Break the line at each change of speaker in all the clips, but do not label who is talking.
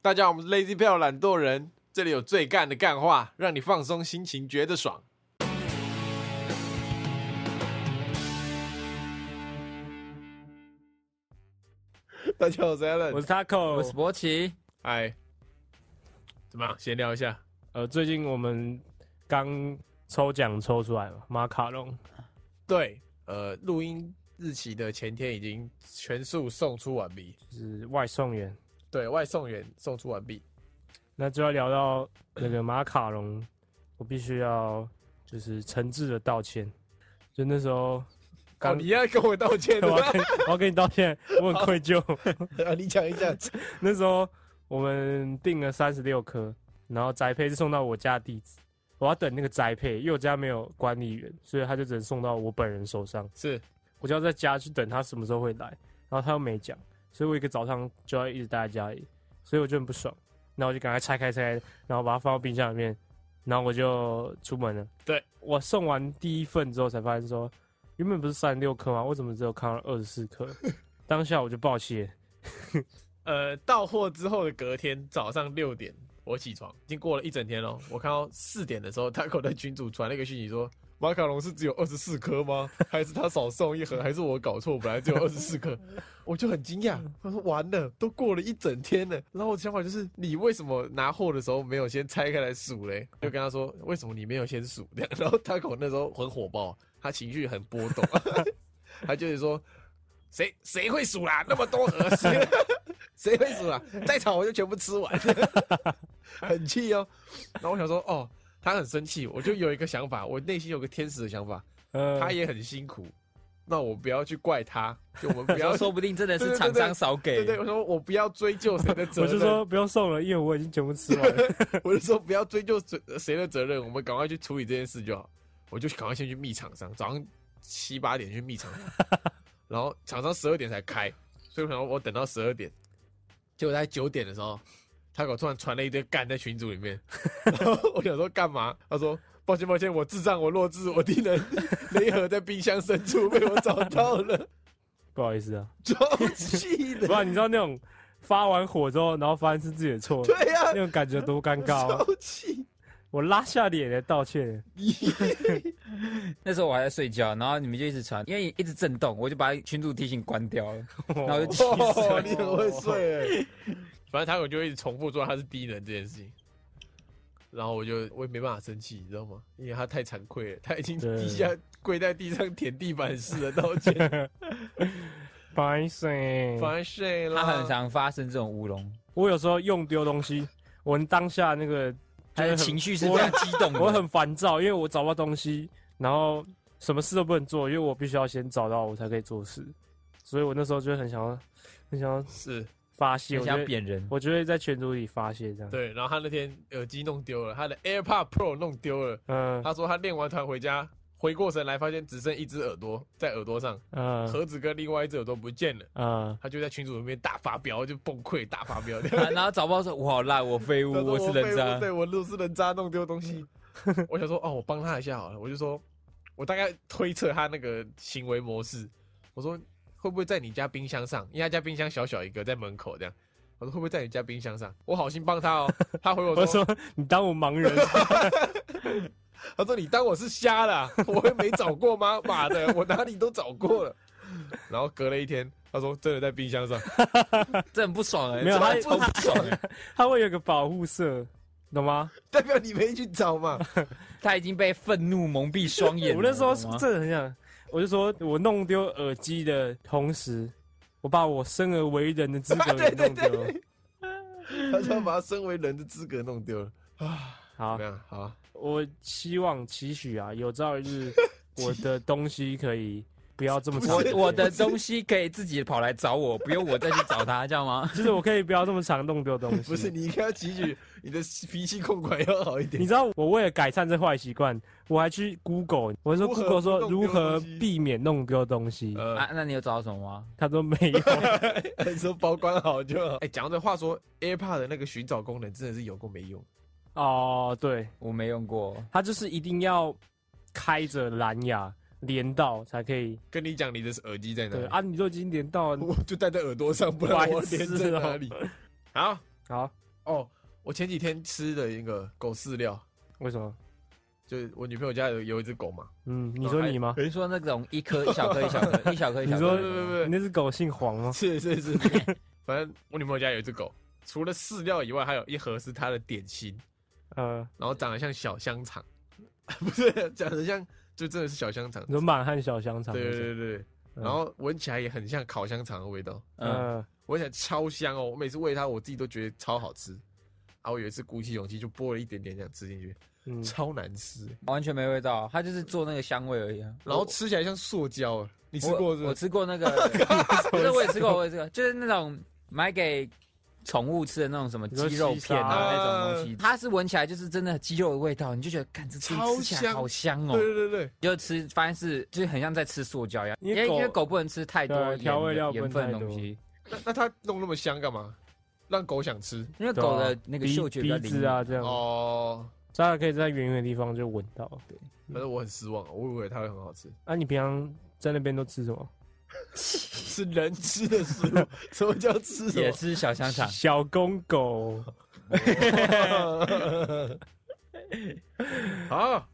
大家好，我们是 Lazy p a l 懒惰人，这里有最干的干话，让你放松心情，觉得爽。大家好，我是 a l a
我
n
是 Taco，
我是博奇，
嗨，怎么样？闲聊一下。
呃，最近我们刚抽奖抽出来嘛，马卡龙，
对，呃，录音日期的前天已经全数送出完毕，
就是外送员，
对外送员送出完毕。
那就要聊到那个马卡龙，我必须要就是诚挚的道歉，就那时候
哦，
刚
你要 跟我道歉
我
的
要跟我要跟你道歉，我很愧疚。
吗？你讲一下。
那时候我们订了三十六颗，然后宅配是送到我家地址，我要等那个宅配，因为我家没有管理员，所以他就只能送到我本人手上。
是，
我就要在家去等他什么时候会来，然后他又没讲，所以我一个早上就要一直待在家里，所以我就很不爽。然后我就赶快拆开拆开，然后把它放到冰箱里面，然后我就出门了。
对
我送完第一份之后才发现说，原本不是三十六颗吗？为什么只有看到二十四颗？ 当下我就爆气了，
呃，到货之后的隔天早上六点，我起床，已经过了一整天喽。我看到四点的时候，Taco 在群主传了一个讯息说，马卡龙是只有二十四颗吗？还是他少送一盒？还是我搞错？本来只有二十四颗， 我就很惊讶，我说完了，都过了一整天了。然后我的想法就是，你为什么拿货的时候没有先拆开来数嘞？就跟他说，为什么你没有先数？ 这样，然后 Taco 那时候很火爆，他情绪很波动， 他就是说。谁谁会数啦？那么多盒，谁谁会数啊？ 再吵我就全部吃完， 很气哦。然后我想说，哦，他很生气，我就有一个想法，我内心有个天使的想法，
呃，
他也很辛苦，那我不要去怪他，就我们不
不
要
要说不定真的
对
是
对
厂商 少
对
给，
对，我说我不要追究谁的责
我
任，
就说不用送了，因为我已经全部吃完了。
我就说不要追究谁谁的责任，我们赶快去处理这件事就好。我就赶快先去密厂商，早上七八点去密厂商，然后厂商十二点才开，所以我想说我等到十二点，结果在九点的时候，他给我突然传了一堆干在群组里面，然后我想说干嘛？他说抱歉抱歉，我智障，我弱智，我低能，雷盒在冰箱深处被我找到了，
不好意思啊，
超气
不
的，
然你知道那种发完火之后，然后发现是自己的错，
对呀、
那种感觉多尴尬啊！
超气。
我拉下脸来道歉。
那时候我还在睡觉，然后你们就一直传，因为一直震动，我就把群主提醒关掉了，然后就气死
哦，
了。
你很会 睡欸。反正他我就一直重复说他是低能这件事情，然后我就我也没办法生气，你知道吗？因为他太惭愧了，他已经
对
地下跪在地上舔地板式的道歉，
不好意思，
反睡啦。
他很常发生这种乌龙，
我有时候用丢东西，我当下那个
他的
就是很
情绪是非常激动的。
我很烦躁，因为我找不到东西，然后什么事都不能做，因为我必须要先找到我才可以做事，所以我那时候就很想要，很想要
是
发泄，
很
我觉
想
得
扁人，
我觉得在群组里发泄这样。，
对，然后他那天耳机弄丢了，他的 AirPod Pro 弄丢了。
嗯
他说他练完团回家，回过神来发现只剩一只耳朵在耳朵上，
嗯
盒子跟另外一只耳朵不见了，
嗯，
他就在群组里面大发飙，就崩溃大发飙。
啊然后找不到说，我好烂，我废物，
他说
我是
废
人
物
渣
对。我都是人渣，弄丢东西。 我想说，哦，我帮他一下好了。我就说，我大概推测他那个行为模式。我说，会不会在你家冰箱上？因为他家冰箱小小一个，在门口这样。我说会不会在你家冰箱上？我好心帮他哦，他回我
我
说，
说 你当我盲人，
他说你当我是瞎了啊、我会没找过吗？ 妈的，我哪里都找过了。然后隔了一天，他说真的在冰箱上，
这很不爽哎，
没有
这
他
超不爽哎，
他会有一个保护色，懂吗？
代表你没去找嘛？
他已经被愤怒蒙蔽双眼了。
我那时候
懂吗
真的很想，我就说我弄丢耳机的同时，我把我生而为人 的资格
啊对
给
对
弄
对
丢。
对，他就要把他身为人的资格弄丢了。
好
怎么，样？好啊。
我希望期许啊，有朝一日我的东西可以不要这么常
不是
见，
我的东西可以自己跑来找我，不用我再去找他，知道吗？
就是我可以不要这么常弄 丢东西。
不是，，你应该要汲 取你的脾气控管要好一
你
点。
知道我为了改善这坏习惯，我还去 Google，我说
如何
Google 说
不弄
如
丢
何
东西
避免弄丢东西，
呃
啊，，那你有找到什么吗？
他说没 有。
说保管好就好。哎，讲这话说，AirPod 的那个寻找功能真的是有够没用。
哦，对，
我没用过，
他就是一定要开着蓝牙连到才可以。
跟你讲，你的耳机在哪
对
里？
啊，你都已经连到了，
我就戴在耳朵上，不然
白
我
痴
连在
哦
哪里？好，
好，
哦，我前几天吃的一个狗饲料，
为什么？
就是我女朋友家有有一只狗嘛，
嗯，你说你吗？
你说那种一颗一小颗一小颗一小颗一小嗯
你说
颗，
对对对
你那只狗姓黄吗？
是是是， 反正我女朋友家有一只狗，除了饲料以外，还有一盒是它的点心，
呃，
然后长得像小香肠， 不是长得像，就真的是小香肠
你，说满汉小香肠？
对对对对，对
嗯
然后闻起来也很像烤香肠的味道，
嗯，
呃，
闻起来超香哦，我每次喂它，我自己都觉得超好吃。啊！我有一次鼓起勇气就剥了一点点，这样吃进去，
嗯，
超难吃，
完全没味道，它就是做那个香味而已啊。
然后
我
吃起来像塑胶啊。你吃
我
过是不
我
是？
吃过 那个，不是我也吃过，我也吃过，就是那种买给宠物吃的那种什么
你说
鸡肉
西
片
沙
啊那种东西，它是闻起来就是真的鸡肉的味道，你就觉得，看这吃
超
吃起来
香
好香哦，
对对对
就吃发现是就是很像在吃塑胶一样，
因
因
为
为
狗
因为狗不能吃太多
对啊
盐的
调味料不能
盐分的
太多
东西，
对，那那它弄那么香干嘛？让狗想吃
因为
对啊
狗的那个
鼻
嗅觉比较
鼻
灵
子啊，这样，
哦。
大家可以在远远的地方就闻到。
嗯
反正我很失望，啊我以为它会很好吃，
啊，你平常在那边都吃什么？。
是人吃的食物。什么叫吃什
敏，也
么？
是小香肠
小公 狗。
好，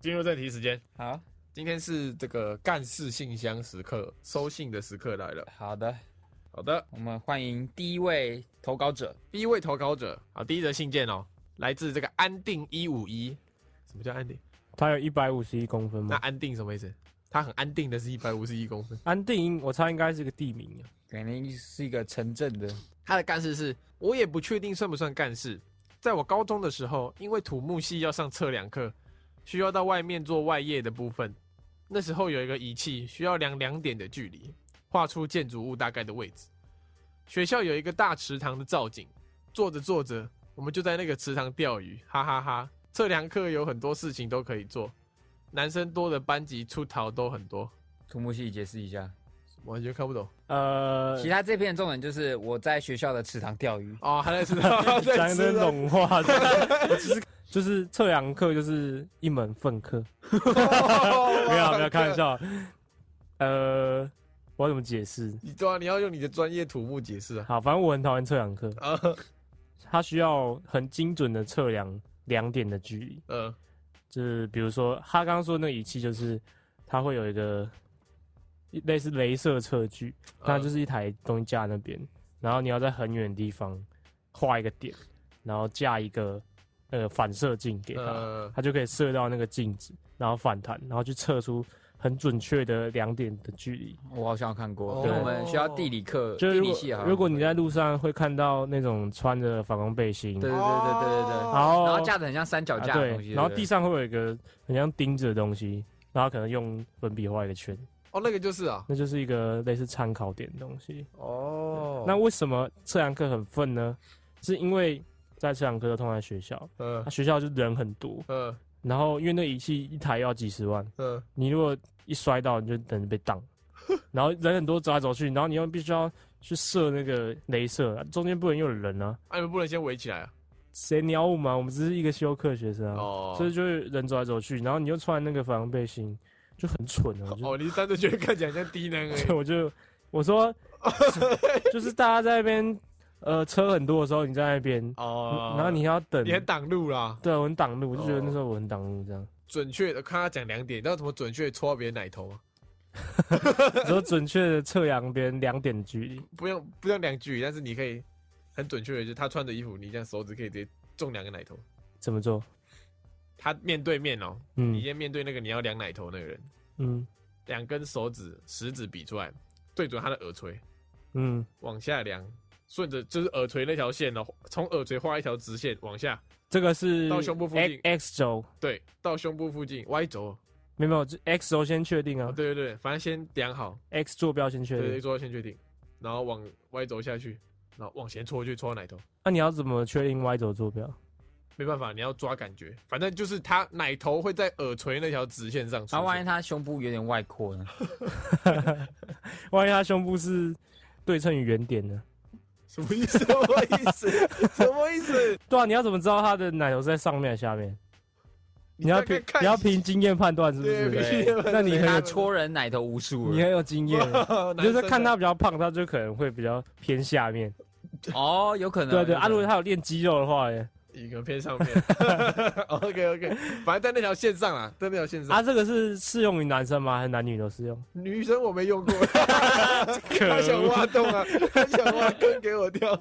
进入正题时间。
好
今天是这个干事信箱时刻，收信的时刻来了。
好的，
好的，
我们欢迎第一位投稿者，
第一位投稿者，好，第一则信件哦，来自这个安定一五一。什么叫安定？
它有一百五十一公分
那
吗？
安定什么意思？它很安定的是一百五十一公分。
安定，我猜应该是个地名啊。
肯定是一个城镇的，
他的干事是，我也不确定算不算干事。在我高中的时候，因为土木系要上测量课，需要到外面做外业的部分。那时候有一个仪器需要量两点的距离，画出建筑物大概的位置。学校有一个大池塘的造景，做着做着，我们就在那个池塘钓鱼，哈哈哈测量课有很多事情都可以做，男生多的班级出逃都很多，
土木系解释一下。
完全看不懂
呃
其，他这篇的重点就是我在学校的池塘钓鱼，
哦，还在池 塘，在啊
讲
池
的
塘，
懂话，我只是就是测量课就是一门分课，
哦
没有啊没有开玩笑。呃，我要怎么解释？
你对啊，你要用你的专业土木解释啊。
好，反正我很讨厌测量课，
啊，
它需要很精准的测量两点的距离，
呃，
就是比如说他刚刚说那个仪器，就是它会有一个类似镭射测距，
嗯
它
呃
就是是一台东西架在那边，然后你要在很远的地方画一个点，然后架一个呃反射镜给它，
呃，
它就可以射到那个镜子，然后反弹，然后去测出很准确的两点的距离。
我好像有看
哦
过，因为我们学校地理课，
就是
地
如
理系好
果
像
如果你在路上会看到那种穿着反光背心，
对对对对对对，
然后
然后架的很像三角
啊
架的东西，
对，然后
对不对
地上会有一个很像钉子的东西，然后可能用粉笔画一个圈，
哦，那个就是啊，
那就是一个类似参考点的东西。
哦
那为什么测量课很愤呢？是因为在测量课都通常在学校，
呃
那学校就人很多，
呃
然后因为那仪器一台要几十万，
呃，
你如果一摔到，你就等着被当，然后人很多走来走去，然后你又必须要去射那个镭射，啊中间不能又有人啊，
哎，你们不能先围起来啊。
谁鸟我们啊？我们只是一个修课学生啊，
哦，
所以就是人走来走去，然后你又穿那个反光背心，就很蠢啊，我就
哦，你是单纯觉得看起来像低 能而
对，
已。
我就我 说，就是大家在那边，呃，车很多的时候，你在那边，
哦，
然后你还要等
你，很挡路啦，
对啊我很挡路，我就觉得
哦
那时候我很挡路，这样，
准确的看他讲两点，你知道怎么准确地戳到别人奶头啊吗？
只有准确的测量别人两点距离，
不用不用两句，但是你可以很准确的，就是他穿着衣服，你这样手指可以直接中两个奶头。
怎么做？
他面对面哦，你
嗯
先面对那个你要量奶头那个人，
嗯
两根手指食指比出来，对准他的耳垂。
嗯，
往下量，顺着就是耳垂那条线哦，从耳垂画一条直线往下，
这个是
到胸部附
X
近
X 轴，
对，到胸部附近 Y
啊
轴，
没有没有这，X 轴先确定
哦
啊
对对对，反正先量好，
，X 坐标先确
对对，
定。
做到先确定，然后往 Y 轴下去，然后往前戳去戳到奶头，
那你要怎么确定 Y 轴坐标？
没办法，你要抓感觉，反正就是它奶头会在耳垂那条直线上出现，
然后万一他胸部有点外扩呢？
万一他胸部是对称于原点呢？
什么意思？什么意思？什么意思？
对啊，你要怎么知道他的奶头是在上面还是下面？ 你要
大概
凭
看
你要凭经验判断是不
对，必
是？
须
对
要
那你
对
很有
他戳人奶头无数
你
了，
很有经验，
哇
你就
男
是
生
看
的
他比较胖，他就可能会比较偏下面。
哦，有可能。
对对，啊，
阿
如果
伦，
他有练肌肉的话哎耶，
一个偏 上面。OK OK，反正在那条线上啦，在那条线上。
啊，这个是适用于男生吗？还是男女都 适用？
女生我没用过，
可
他 想挖洞啊，他想挖坑给我跳。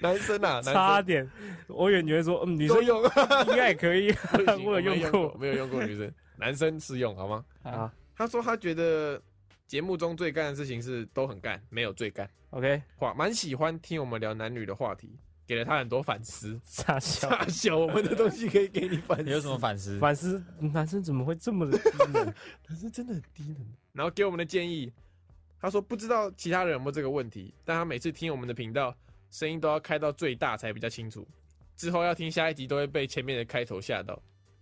男生啊，
差
男
点，我远觉得说，嗯，女
生
生
都用，
应该也可以
不行
我有
没
用
用
过
没有用过女生，男生适用好吗？
啊。
他说他觉得节目中最干的事情是都很干，没有最干。
OK，
话蛮喜欢听我们聊男女的话题，给了他很多反思。
傻笑。
大小，我们的东西可以给你反
你有什么反思？
反思嗯男生怎么会这么的低 能？
男生真的很低能。然后给我们的建议，他说不知道其他人有没有这个问题，但他每次听我们的频道，声音都要开到最大才比较清楚。之后要听下一集都会被前面的开头吓到。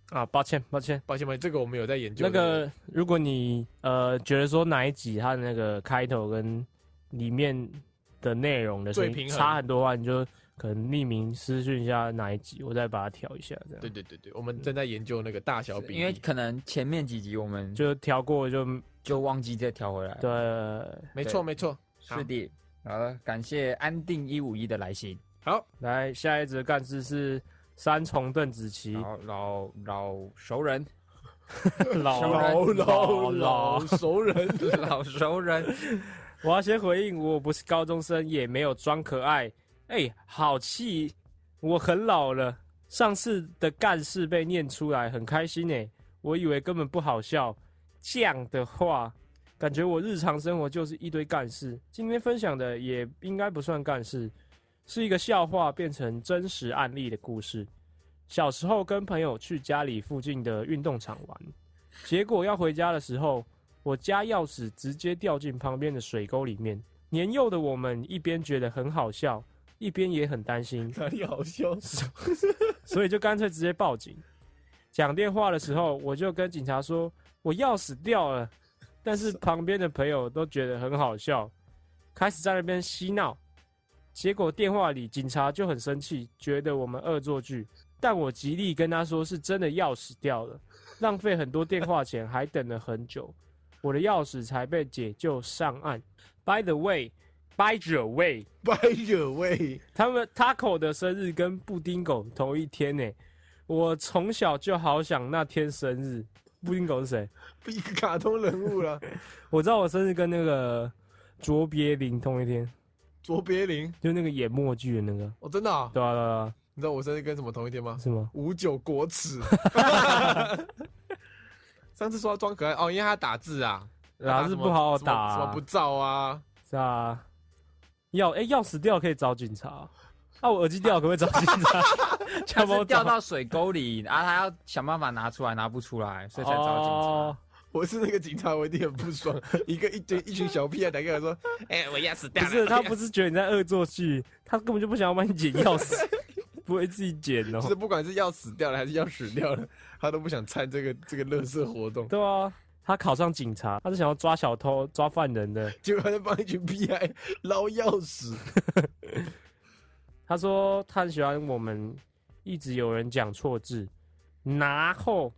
啊？抱歉，抱歉。
抱歉，抱歉，这个我们有在研究。
那个，如果你呃觉得说哪一集它的那个开头跟里面的内容的声
最
音
平衡
差很多的话，你就可能匿名私讯一下哪一集，我再把它调一下，这
对
样
对对对，我们正在研究那个大小比例。
哦因为可能前面几集我们就
就调过就
就忘记再调
哎
回来。，
对。
没错没 错，好
是的。好了，感谢安定一五一的来信。
好，
来，下一则干事是三重邓紫棋，
老老老熟人，
老
老老
老
老熟人，
老熟人，
我要先回应，我不是高中生，也没有装可爱。哎、好气！我很老了，上次的干事被念出来，很开心哎、我以为根本不好笑。这样的话，感觉我日常生活就是一堆干事。今天分享的也应该不算干事，是一个笑话变成真实案例的故事。小时候跟朋友去家里附近的运动场玩，结果要回家的时候，我家钥匙直接掉进旁边的水沟里面。年幼的我们一边觉得很好笑，一边也很担心，
哪里好笑？
所以就干脆直接报警。讲电话的时候，我就跟警察说我钥匙掉了，但是旁边的朋友都觉得很好笑，开始在那边嬉闹。结果电话里警察就很生气，觉得我们恶作剧。但我极力跟他说是真的钥匙掉了，浪费很多电话钱，还等了很久，我的钥匙才被解救上岸。By the way，by the way，
白惹味，
他们 Taco 的生日跟布丁狗同一天呢、我从小就好想那天生日。布丁狗是谁？
一个卡通人物 啦，
我知道我生日跟那个卓别林同一天，
卓别林。
就那个演默剧的那个。
哦，真的啊？
对啊对啊，
你知道我生日跟什么同一天吗
对啊？是吗？
五九国耻。 上次说要装可爱哦，因为他打字啊，
然后
他
是
什么
不好好
什么
打、
什么
啊
不，照啊，
是啊。要哎、要死掉可以找警察。啊，我耳机掉了可不可以找警 察？叫
他
帮我找
是掉到水沟里，然后他要想办法拿出来，拿不出来，所以才找警 察。
哦
我是那个警察，我一定很不 爽。一个一群一群小屁孩打给我说，哎、我要死掉
不
了。
是，他不
是，
是觉得你在恶作剧，他根本就不想要帮你捡钥匙， 不会自己捡 哦、
就是不管是要死掉了还是要死掉了，他都不想参这个这个乐色活 动，
对啊，他考上警察，他是想要抓小偷、抓犯人的。
结果他就帮一群屁孩捞钥匙。
他说他很喜欢我们一直有人讲错字，然后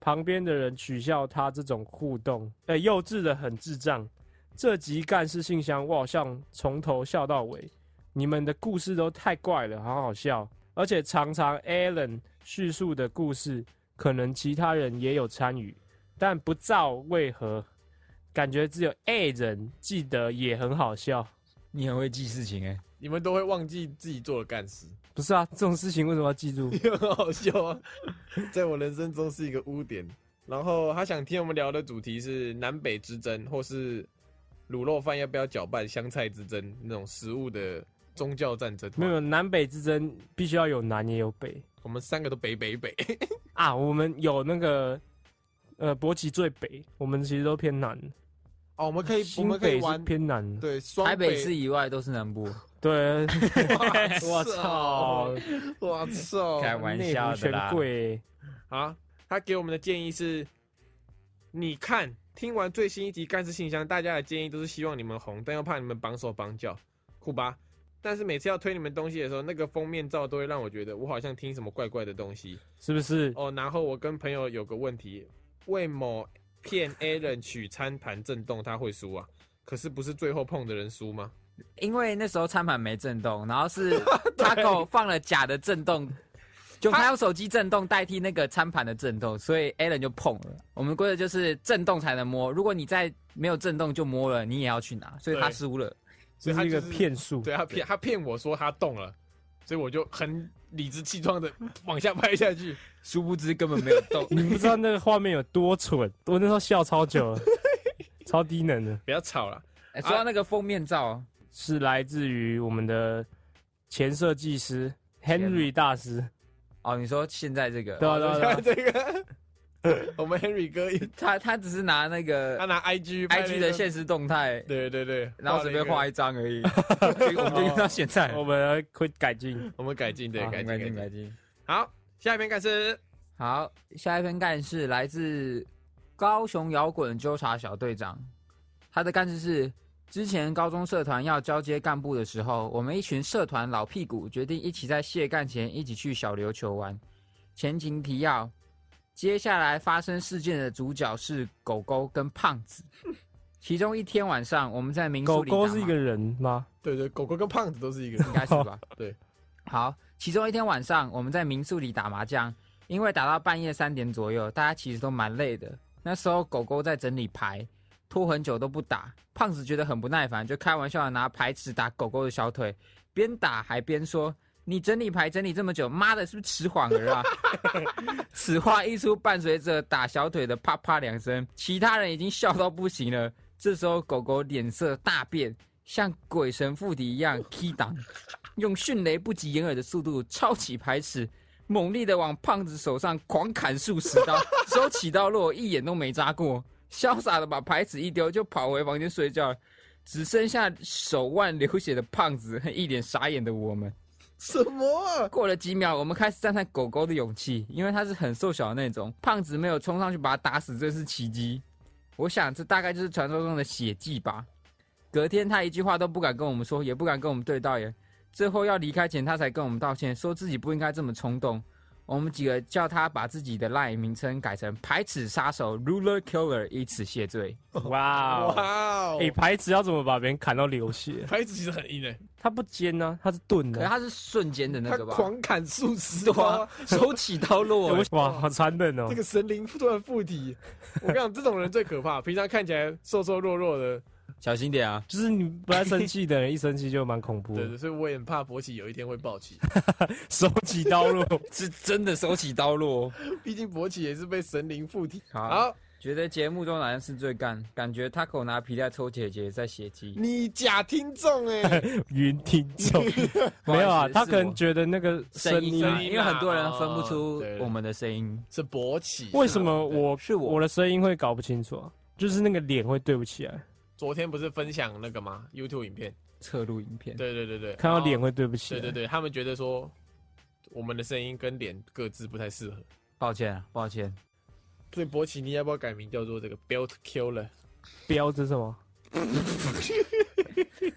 旁边的人取笑他这种互动，哎、幼稚的很智障。这集干事信箱，我好像从头笑到尾，你们的故事都太怪了，好好笑。而且常常 Alan 叙述的故事，可能其他人也有参与，但不知道为何，感觉只有 A 人记得也很好笑。
你很会记事情哎、
你们都会忘记自己做的干事，
不是啊，这种事情为什么要记住？
也很好笑啊，在我人生中是一个污点。然后他想听我们聊的主题是南北之争，或是卤肉饭要不要搅拌、香菜之争那种食物的宗教战争。
没有，南北之争，必须要有南也有北
我们三个都北北 北，
啊。我们有那个呃，博奇最北，我们其实都偏南。
哦，我们可以我
新
们可以
北是
玩
偏南。
对双
台北市以外都是南部。
对，
我
我操，，
我操，
开玩笑
内
的
湖
啦
权贵
啊，哦他给我们的建议是，你看听完最新一集《干事信箱》，大家的建议都是希望你们红，但又怕你们绑手绑脚，酷吧？但是每次要推你们东西的时候，那个封面照都会让我觉得我好像听什么怪怪的东西
是不是？
哦。然后我跟朋友有个问题，为某骗 A 人取餐盘震动，他会输啊？可是不是最后碰的人输吗？
因为那时候餐盘没震动，然 后是 Taco 放了假的震动，就他用手机震动代替那个餐盘的震动，所以 Alan 就碰了。我们规则就是震动才能摸，如果你在没有震动就摸了，你也要去拿，所以他
对
输了。
所
这
以他
是一个
就是
骗术。，
对他骗他骗我说他动了，所以我就很理直气壮的往下拍下去。
殊不知根本没有动
你不知道那个画面有多蠢，我那时候笑超 久了，超低能的，
不要吵了，
哎说到那个封面照，
是来自于我们的前设计师
天哪
Henry 大师，
哦，你说现在这个，哦
对啊对啊对啊
看这个， 我们 Henry 哥一
他他只是拿那
他
个
拿 IG 拍
IG 的
线，
现实动态，
对对对，
然后随便画
一哦
一张而已，所以我们 就用到现
哎
在。
我们会改进。
个，我们改进对
好
改进
改
改
进
进。
改进。
好，下一篇开始。
好，下一篇干事来自高雄摇滚纠察小队长，他的干事是：之前高中社团要交接干部的时候，我们一群社团老屁股决定一起在卸干前一起去小琉球玩。前情提要：接下来发生事件的主角是狗狗跟胖子。其中一天晚上，我们在民宿
狗
里
狗
打
是一
麻
个人吗？
对对，狗狗跟胖子都是一个人
应该是吧？
对。
好，其中一天晚上，我们在民宿里打麻将，因为打到半夜三点左右，大家其实都蛮累的。那时候狗狗在整理牌，拖很久都不打，胖子觉得很不耐烦，就开玩笑的拿牌尺打狗狗的小腿，边打还边说：“你整理牌整理这么久，妈的，是不是迟缓儿啊？”此话一出，伴随着打小腿的啪啪两声，其他人已经笑到不行了。这时候狗狗脸色大变，像鬼神附体一样 踢挡，用迅雷不及掩耳的速度抄起牌尺，猛力的往胖子手上狂砍数十刀，手起刀落，一眼都没眨过，潇洒的把牌尺一丢，就跑回房间睡觉了。只剩下手腕流血的胖子 和一脸傻眼的我们。
什么啊？
过了几秒，我们开始赞叹狗狗的勇气，因为它是很瘦小的那种，胖子没有冲上去把它打死，这是奇迹。我想这大概就是传说中的血迹吧。隔天他一句话都不敢跟我们说，也不敢跟我们对道眼。最后要离开前，他才跟我们道歉，说自己不应该这么冲动。我们几个叫他把自己的 line 名称改成“排尺杀手 ”（Ruler Killer），以此谢罪。
哇哦！
哇哦！
哎，牌子要怎么把别人砍到流 血？
牌子其实很硬诶，
它不尖呢，它是钝
可是
的。
他是瞬间的那
他
个吧？
狂砍数十
对
刀
啊，，手起刀落、
哎我哇，好残忍哦
这！个神灵突然附体，我跟你讲，这种人最可怕。平常看起来瘦瘦弱弱的，
小心点啊！
就是你不太生气的人，一生气就蛮恐怖
对
的
对，。所以我也很怕勃起有一天会暴 起。
手起刀 落，
是真的手起刀落。
毕竟勃起也是被神灵附体。
好，
啊
好，
觉得节目中哪件事最干？感觉 Taco 拿皮带抽姐姐在血迹。
你假听众哎，
云听 众没有啊，
不好意思
他可
是
能
我
觉得那个声
声音
音
声
啊，因为很多人分不
哦
出
对
我们的声音。
是勃起。啊
为什么我
是我
我的声音会搞不清楚啊？就是那个脸会对不起来，
昨天不是分享那个吗？YouTube 影片，
侧录影片，
对对对对，
看到脸
然后，
会哦对不起
对
来。
对对，他们觉得说我们的声音跟脸各自不太适合，
抱歉啊，抱歉。
所以勃起你要不要改名叫做这个 Belt Killer？
标志什么？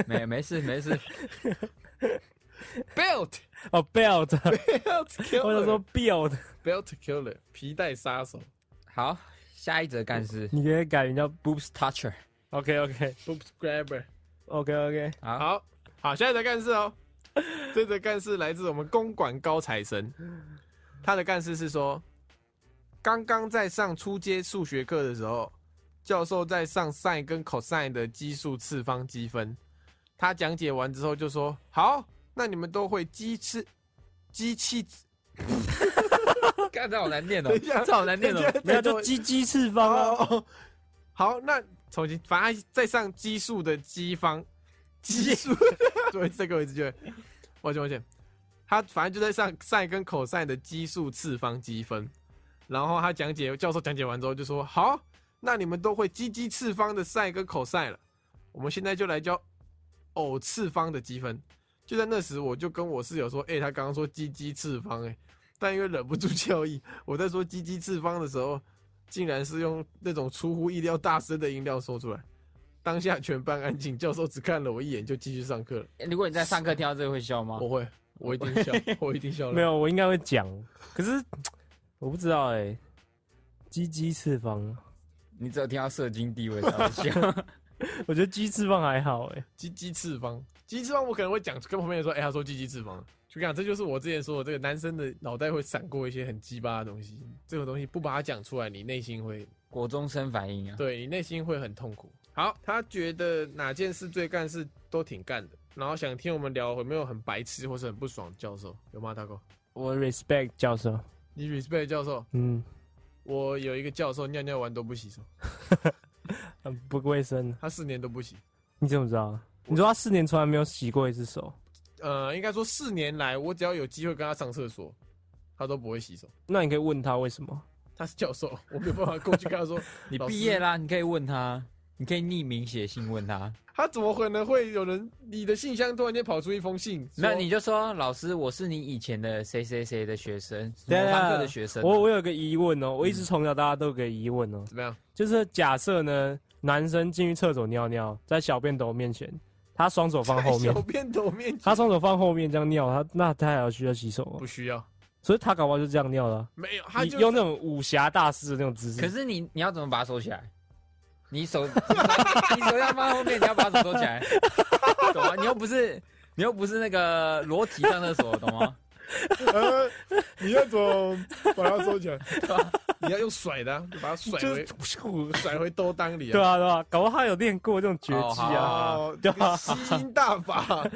没没事没事，
Belt
哦，belt，
Belt
或者
Killer
说 build，
Belt Killer 皮带杀手
好，下一则干事
你可以改名叫
Boobs Toucher。
OK OK
Boop Grabber。
OK OK，
好，
好好，下一则干事哦。 这则干事来自我们公馆高材生，他的干事是说，刚刚在上初阶数学课的时候，教授在上 sin 跟 cosine 的基数次方积分。他讲解完之后就说：“好，那你们都会鸡翅，机器。
干这好难念哦
等一，下
这好难念哦。
没有就
对
鸡鸡翅
哦
膀啊。
哦哦 好，那重新，反正再上奇数的奇方，奇数， 对，这个我一直觉得，抱歉抱歉，他反正就在上 sin 跟 cos 的奇数次方积分，然后他讲解教授讲解完之后就说，好，那你们都会积积次方的 sin 跟 cos 了，我们现在就来教偶次方的积分。就在那时，我就跟我室友说，哎、他刚刚说积积次方、哎，但因为忍不住笑意，我在说积积次方的时候。竟然是用那种出乎意料大声的音量说出来。当下全班安静，教授只看了我一眼就继续上课了。
如果你在上课听到这个会笑吗
我？会，我一定笑， 我一定笑了。
哦没有，我应该会讲，可是我不知道哎、欸，鸡鸡翅膀
你只有听到社经地位才会笑。
我觉得鸡翅膀还好哎、
鸡鸡翅膀，鸡翅膀我可能会讲跟旁边人说，哎、他说鸡鸡翅膀，就讲这就是我之前说的这个男生的脑袋会闪过一些很鸡巴的东西，这种东西不把它讲出来，你内心会
国中生反
嗯
应啊，
对你内心会很痛苦。好，他觉得哪件事最干事都挺干的，然后想听我们聊有没有很白痴或是很不爽的教授有吗？大哥，
我 respect 教授，
你 respect 教授，
嗯，
我有一个教授尿尿完都不洗手，
很不卫生。
他四年都不洗，
你怎么知道？你说他四年从来没有洗过一次手，
呃，应该说四年来我只要有机会跟他上厕所，他都不会洗手。
那你可以问他为什么？
他是教授，我没有办法过去跟他说，
你
老师
毕业啦，你可以问他，你可以匿名写信问他，
他怎么可能会有人？你的信箱突然间跑出一封信，说
那你就说老师，我是你以前的谁谁谁的学生，
对啊
某堂课的学生啊、
我我有个疑问哦，我一直从小到大都有个疑问哦，
怎么样？
就是假设呢，男生进去厕所尿尿，在小便斗面前，他双手放后 面
小，便斗面前
他双手放后面这样尿，他那他还要需要洗手吗
不？需要，
所以他搞不好就这样尿了啊。
没有，他
你
就
用那种武侠大师的那种姿势，
可是你你要怎么把它收起来？你手 你手要放后面，你要把手收起来，懂吗？你又不是你又不是那个裸体上厕所，懂吗？
呃，你要怎么把它收起来？你要用甩的啊，就把它甩
就
回
是
甩回兜裆里
对
啊。
啊对啊，搞不好他有练过这种绝技
对
啊。
哦
哦，
对
这
啊
个吸音大法。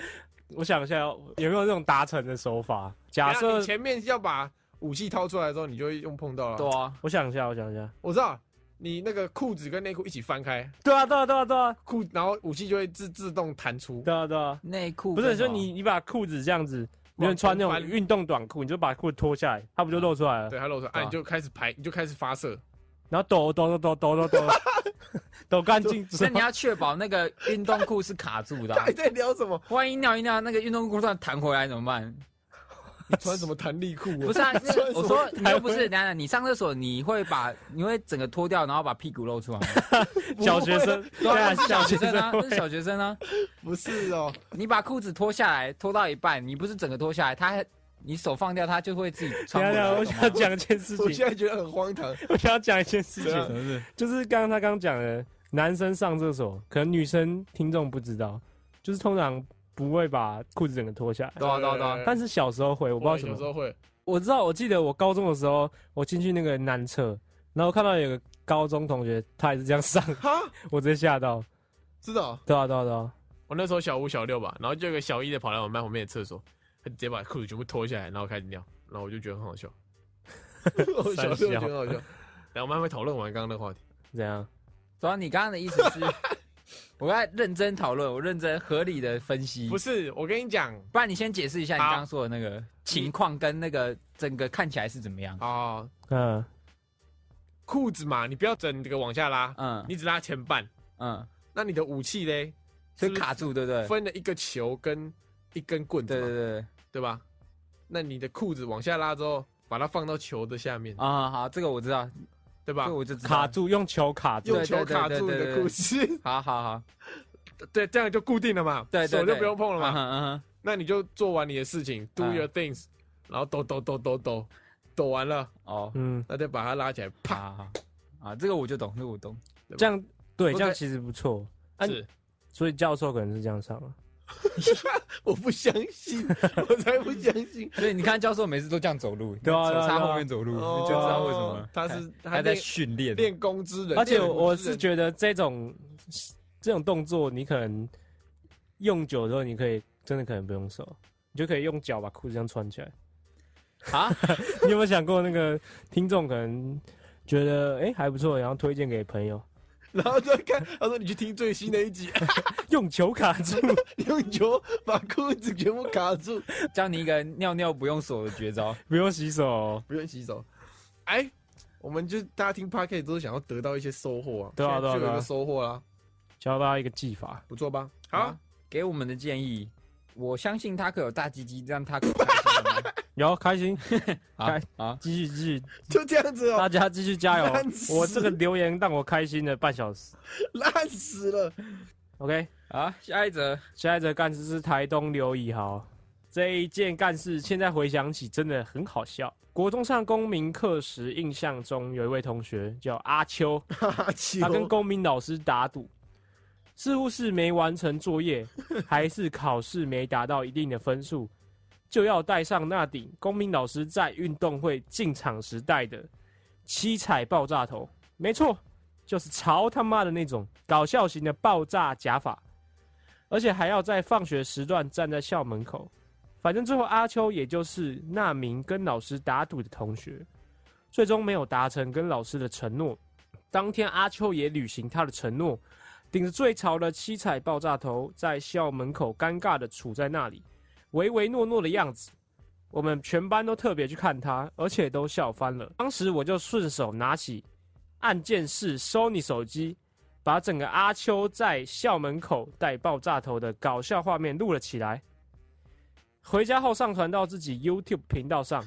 我想一下，有没有这种达成的手法？
等
假
一下
设
你前面要把武器掏出来之后，你就会用碰到
对
了。
啊，
我想一下，我想一下。
我知道，你那个裤子跟内裤一起翻开，
对啊对啊对啊对啊
裤然后武器就会自自动弹出。
对啊对啊，
内裤
不
跟
是说
什么
你你把裤子这样子，
往
有人穿那种
前翻
运动短裤，你就把裤子脱下来，它不就露出来了？
对，它露出来，
对
哎，
啊
你就开始排，你就开始发射。
然后抖抖抖抖抖抖抖 抖干净，
所以你要确保那个运动裤是卡住的啊、
到底在聊什么？
万一尿一尿，那个运动裤突然弹回来怎么办？
你穿什么弹力裤、
不是 啊，那
穿什么
我说你又不
弹回
是，等一下你上厕所你会把你会整个脱掉，然后把屁股露出来吗？
小学生，
对
啊
啊，那是
小
小
学
学生啊，
生
那是小学生啊。
不是哦，
你把裤子脱下来，脱到一半，你不是整个脱下来，他你手放掉，他就会自己
等
穿
一
回
下，
来。
啊我
懂吗
想 讲一件事
我
情，
现在觉得很荒唐。
我想要讲一件事
怎
情
样，
事？
就是刚刚他刚讲的，男生上厕所，可能女生听众不知道，就是通常不会把裤子整个脱下来，
对啊对啊对啊，
但是小时候会，我
我
不知道什
有时
么，
候会，
我知道，我记得我高中的时候，我进去那个男厕，然后看到有个高中同学，他也是这样上，
哈，
我直接吓到，
知道。
对啊对啊对啊，
我那时候小五小六吧，然后就有个小一的跑来我们班旁边的厕所，他直接把裤子全部脱下来，然后开始尿，然后我就觉得很好笑。 我小六觉得很 好笑。来，我们还会讨论完刚刚那个话题。
怎样？
主要你刚刚的意思是，我刚才认真讨论，我认真合理的分析。
不是，我跟你讲
不然你先解释一下你
好
刚刚说的那个情况跟那个整个看起来是怎么样？
啊，
嗯，
裤子嘛，你不要整个往下拉，
嗯
你只拉前半。
嗯，
那你的武器嘞，
所
是
以
不是
卡住对不对？
分了一个球跟一根棍子
对
嘛，
对对对
对吧？那你的裤子往下拉之后，把它放到球的下面，
啊，好，这个我知道，
对
这
吧
个？我就知道
卡。住，用球卡住，
啊用球卡住你的裤子，
好好好，
对，这样就固定了嘛，
对对
手
对，
就不用碰了
嗯
嘛。
哼嗯哼
那你就做完你的事情，do
嗯
your things，然后抖抖抖抖抖，抖完了，
哦，
嗯，
那再把它拉起来，
好
啪，
好好啊，这个我就懂，这个我懂。
这样对，
不
这
对
样其实不错。啊
是，
所以教授可能是这样上啊，
我不相 信，我才不相信。
所以你看教授每次都这样走路，
对啊
手
对啊
插
对啊
后面走路，
哦
你就知道为什么了
他是
他
他
在
练
训练。
练功之人，
而且
练武之
我是
人
觉得这种这种动作，你可能用久之后，你可以真的可能不用手，你就可以用脚把裤子这样穿 起来。
啊，
你有没有想过，那个听众可能觉得哎、诶还不错，然后推荐给朋友，
然后再看，他说你去听最新的一集，
用球卡住，
用球把裤子全部卡住，
教你一个尿尿不用手的绝招。
不用洗手哦、
不用洗手。哎，我们就大家听 p o d c a s t 都是想要得到一些收获啊，
对啊
现在就
对啊对啊
有一个收获啦，
教大家一个技法。
不错吧？好
啊，，给我们的建议，我相信他可有大鸡鸡，让他可开心了吗
有开心，
啊啊！
继续继续，
就这样子哦，
大家继续加油
烂！死
我这个留言让我开心了半小时。
烂死了。
OK，
啊，下一则，
下一则干事是台东刘以豪，这一件干事现在回想起真的很好笑。国中上公民课时，印象中有一位同学叫阿秋，
阿秋
他跟公民老师打赌，似乎是没完成作业，还是考试没达到一定的分数，就要戴上那顶公民老师在运动会进场时戴的七彩爆炸头。没错，就是潮他妈的那种搞笑型的爆炸假发，而且还要在放学时段站在校门口。反正最后阿秋也就是那名跟老师打赌的同学，最终没有达成跟老师的承诺。当天阿秋也履行他的承诺，顶着最潮的七彩爆炸头，在校门口尴尬的杵在那里，唯唯诺诺的样子。我们全班都特别去看他，而且都笑翻了。当时我就顺手拿起按键式 Sony 手机，把整个阿秋在校门口戴爆炸头的搞笑画面录了起来。回家后上传到自己 YouTube 频道上，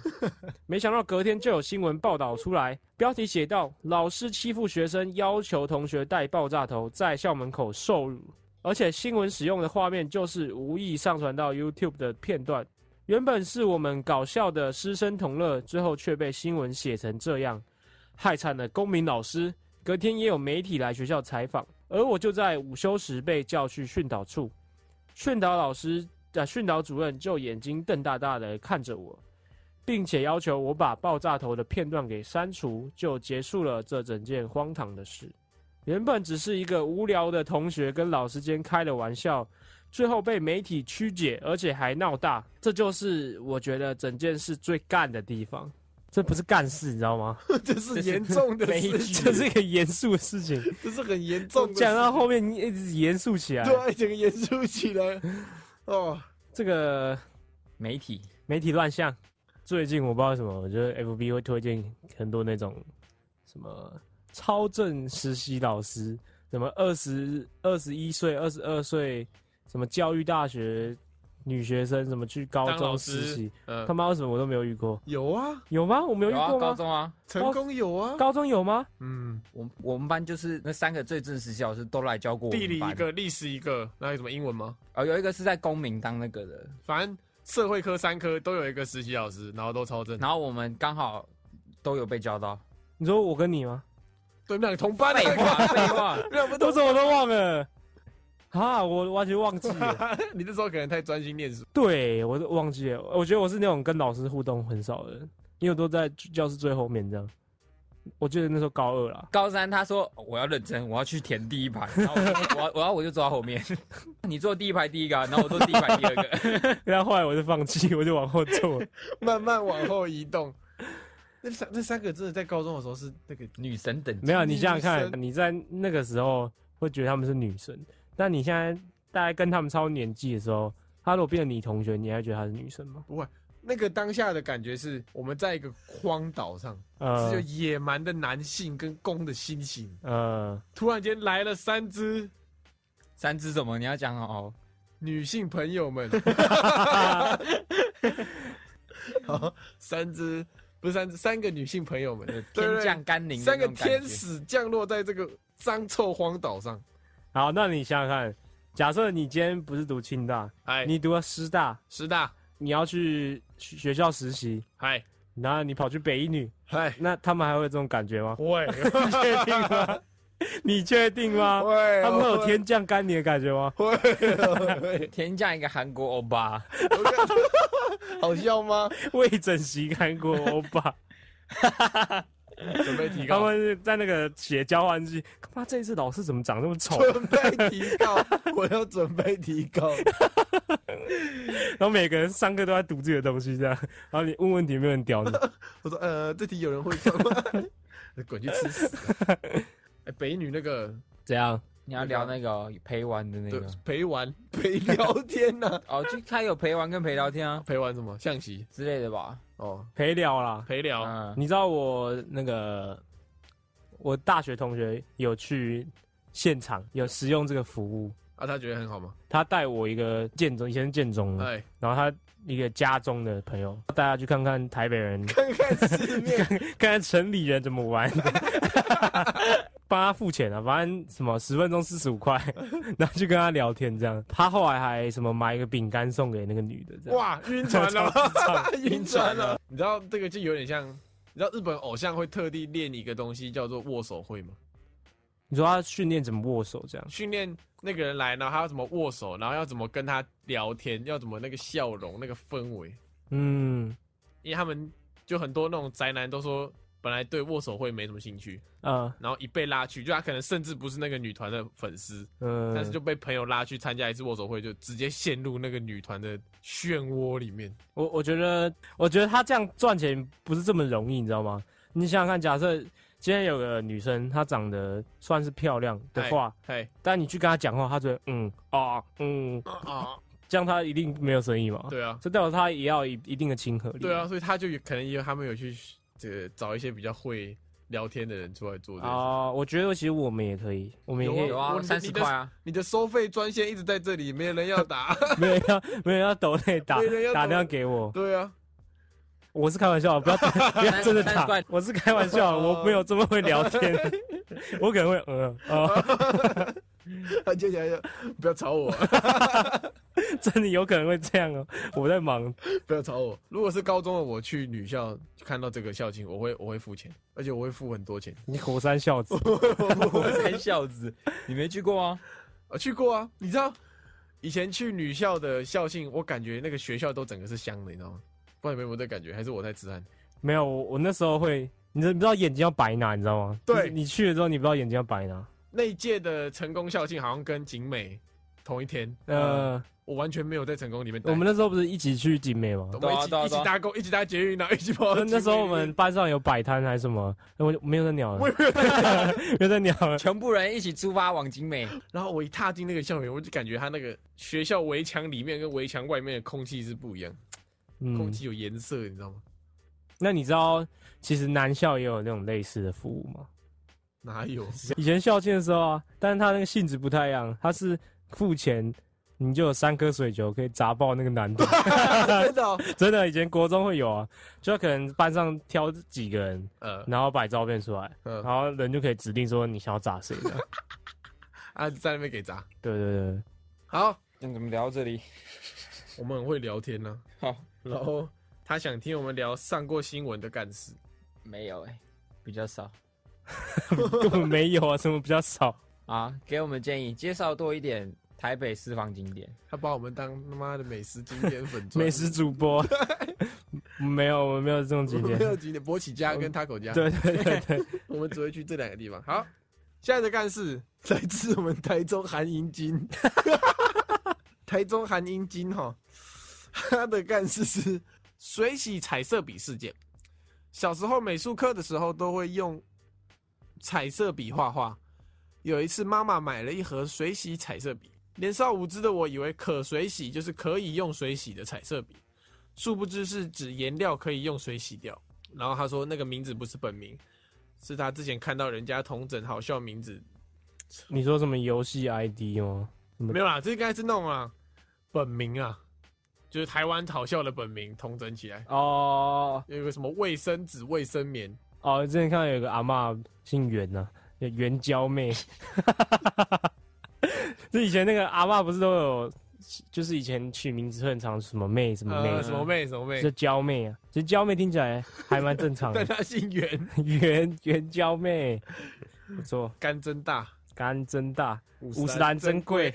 没想到隔天就有新闻报道出来，标题写到“老师欺负学生，要求同学戴爆炸头，在校门口受辱”，而且新闻使用的画面就是无意上传到 YouTube 的片段。原本是我们搞笑的师生同乐，最后却被新闻写成这样，害惨了公民老师。隔天也有媒体来学校采访，而我就在午休时被叫去训导处，训导老师呃，训导主任就眼睛瞪大大的看着我，并且要求我把爆炸头的片段给删除，就结束了这整件荒唐的事。原本只是一个无聊的同学跟老师间开的玩笑，最后被媒体曲解，而且还闹大，这就是我觉得整件事最干的地方。 这不是干事，你知道 吗？
这是严重的
没，
事
这
情，
是一个严肃的事 情。
这是很严重的事。
讲到后面，你一直严肃起来。
对，整个严肃起来。哦，
这个
媒体
媒体乱象。最近我不知道为什么，我觉得 FB 会推荐很多那种什么超正实习老师，什么二十二十一岁、二十二岁，什么教育大学女学生，什么去高
当老
中实
师
习，，
嗯
他，妈为什么我都没有遇过？
有啊，
有吗？我没有遇
有啊，
过
高
吗？
中啊，
成功有啊，
高中有吗？
嗯，
我我们班就是那三个最正实习老师都来教过我们
地理
班
一，个，历史一个，那有什么英文吗？
哦，有一个是在公民当那个的，
反正社会科三科都有一个实习老师，然后都超正。
然后我们刚好都有被教到。
你说我跟你吗？
对，我们两个同班啊，
废话，废话，
两个
都
都
是我都忘了啊！我完全忘记了，
啊 你那时候可能太专心念书，
对我都忘记了。我觉得我是那种跟老师互动很少的人，因为我都在教室最后面这样。我记得那时候高二啦，
高三他说我要认真，我要去填第一排，然后我就 我要我要我就坐到后面， 你坐第一排第一个啊，然后我坐第一排第二个，
然后后来我就放弃，我就往后坐。
慢慢往后移动。 那三那三个真的在高中的时候是那个
女神等级
没有，啊你想想
女
看，
生
你在那个时候会觉得他们是女生，但你现在大概跟他们超年纪的时候，他如果变成你同学，你还会觉得她是女生吗？
那个当下的感觉是，我们在一个荒岛上，
呃
只有野蛮的男性跟公的猩猩，
呃，
突然间来了三只
三只什么？你要讲哦，
女性朋友 们，好，三只不是三只，三个女性朋友们，
呃天降甘霖的
三
那
个
种感觉，
天使降落在这个脏臭荒岛上。
好，那你想想看，假设你今天不是读清大，
哎，
你读了师大，
师大，
你要去学学校实习，
嗨
然后你跑去北一女，
嗨，？
那他们还会有这种感觉吗
喂
你确定吗？ 你确定吗？
喂，
他们会有天降甘霖的感觉吗？
喂，喂
天降一个韩国欧巴，
我 看好笑吗？
未整形韩国欧 巴，
准备提
他
高，
们是在那个写交换日记，干嘛这一次老师怎么长那么丑？
准备提高， 我要准备提高。
然后每个人上课都在读自己的东西，这样，然后你问问题，没有人 屌你。
我说呃，这题有人会算 吗？滚去吃屎！ 哎，北一女那个
怎样？
你要聊那个哦陪玩的那
对
个
陪 玩陪聊天啊呐、
哦，就他有陪玩跟陪聊天啊
陪玩什么象棋
之类的吧，
哦，啊
陪聊啦，
陪聊、
嗯，
你知道我那个我大学同学有去现场有使用这个服务，
啊，他觉得很好吗？
他带我一个建中以前是建中的，
哎，
然后他一个家中的朋友带他去看看台北人，
看看世面，
看看城里人怎么玩 的。帮他付钱啊，反正什么十分钟四十五 块，然后就跟他聊天这样。他后来还什么买一个饼干送给那个女的，这样
哇，晕船了，
超智 障
晕船了。你知道这个就有点像，你知道日本偶像会特地练一个东西叫做握手会吗？
你说他训练怎么握手这样？
训练那个人来，然后他要怎么握手，然后要怎么跟他聊天，要怎么那个笑容、那个氛围，
嗯
因为他们就很多那种宅男都说，本来对握手会没什么兴趣，
啊
然后一被拉去，就他可能甚至不是那个女团的粉丝，
嗯，
但是就被朋友拉去参加一次握手会，就直接陷入那个女团的漩涡里面。
我我觉得，我觉得他这样赚钱不是这么容易，你知道吗？你想想看，假设今天有个女生，她长得算是漂亮的话，
嘿，
但你去跟她讲话，她只会嗯啊嗯，
啊，
这样她一定没有生意嘛。
对啊，
这代表她也要一一定的亲和力。
对啊，，所以他就有可能也有他们有去这个找一些比较会聊天的人出来做这个事。
啊、我觉得其实我们也可以，我们也可以
有，
我
啊，
你
三十块啊，
你的收费专线一直在这里，没有人要打。
没有人要没有人要抖内打
没有人要抖
打电话给我，
对啊，
我是开玩笑的，不要 不要真的
三十
打
块，
我是开玩笑的，
哦
我没有这么会聊天， 我可能会嗯啊。
哦他就想要不要吵我， 啊
真的有可能会这样哦、我在忙，
不要吵我。如果是高中的我去女校看到这个校庆，我会我会付钱，而且我会付很多钱。
你火山孝子，
我三孝子，你没去过吗？
啊，去过啊，你知道以前去女校的校庆，我感觉那个学校都整个是香的，你知道吗？不知道你们有没有这感觉，还是我在痴汉？
没有我，我那时候会，你知你知道眼睛要白拿，你知道吗？
对
你你去了之后，你不知道眼睛要白拿，
那一届的成功校庆好像跟景美同一天，呃，
呃，
我完全没有在成功里面待。
我们那时候不是一起去景美吗？
我们一起、
对啊对啊
一
对啊
起搭公，一起搭捷运，然后一起跑到
那
哦景美里面。
那时候我们班上有摆摊还是什么，我就没有在鸟了，
我也没有在，
没有在鸟了，
全部人一起出发往景美，
然后我一踏进那个校园，我就感觉它那个学校围墙里面跟围墙外面的空气是不一样，空
嗯，
气有颜色，你知道吗？
那你知道其实南校也有那种类似的服务吗？
哪有？
以前校庆的时候啊，但是他那个性质不太一样，他是付钱。你就有三颗水球可以砸爆那 个男的，
真的哦、
真的，以前国中会有啊，就可能班上挑几个人，
呃，
然后摆照片出来，
嗯
然后人就可以指定说你想要砸谁的。
啊，在那边给砸。
对对对，
好，
那怎么聊到这里？
我们很会聊天啊呢、
好，
然后他想听我们聊上过新闻的干事，
没有哎、比较少
根本没有啊，什么比较少？
啊。给我们建议，介绍多一点台北私房景点。
他把我们当他妈的美食景点粉钻，
美食主播 没有，我们没有这种
我
景
们
点
没。有景点，博起家跟 Taco 家，
对对对对，
我们只会去这两个地方。好，现在的干事来自我们台中韩英金， 台中韩英金哈，他的干事是水洗彩色笔事件。小时候美术课的时候都会用彩色笔画画。有一次，妈妈买了一盒水洗彩色笔，年少无知的我以为可水洗就是可以用水洗的彩色笔，殊不知是指颜料可以用水洗掉。然后他说那个名字不是本名，是他之前看到人家同整好笑名字，
你说什么游戏 ID 吗？
没有啦，这应该是那种啊本名啊，就是台湾好笑的本名同整起来，
哦
有一个什么卫生纸、卫生棉，
哦，之前看到有个阿嬷姓袁呐、叫袁娇妹。 就以前那个阿嬷不是都有，就是以前取名字会很长，什么妹什么妹，啊
呃，什么妹什么妹
就，娇妹啊，其实娇妹听起来还蛮正常
但
的，
他姓袁，
圆圆娇妹，不错，
肝真大，
肝真大，五
岚
十岚真贵。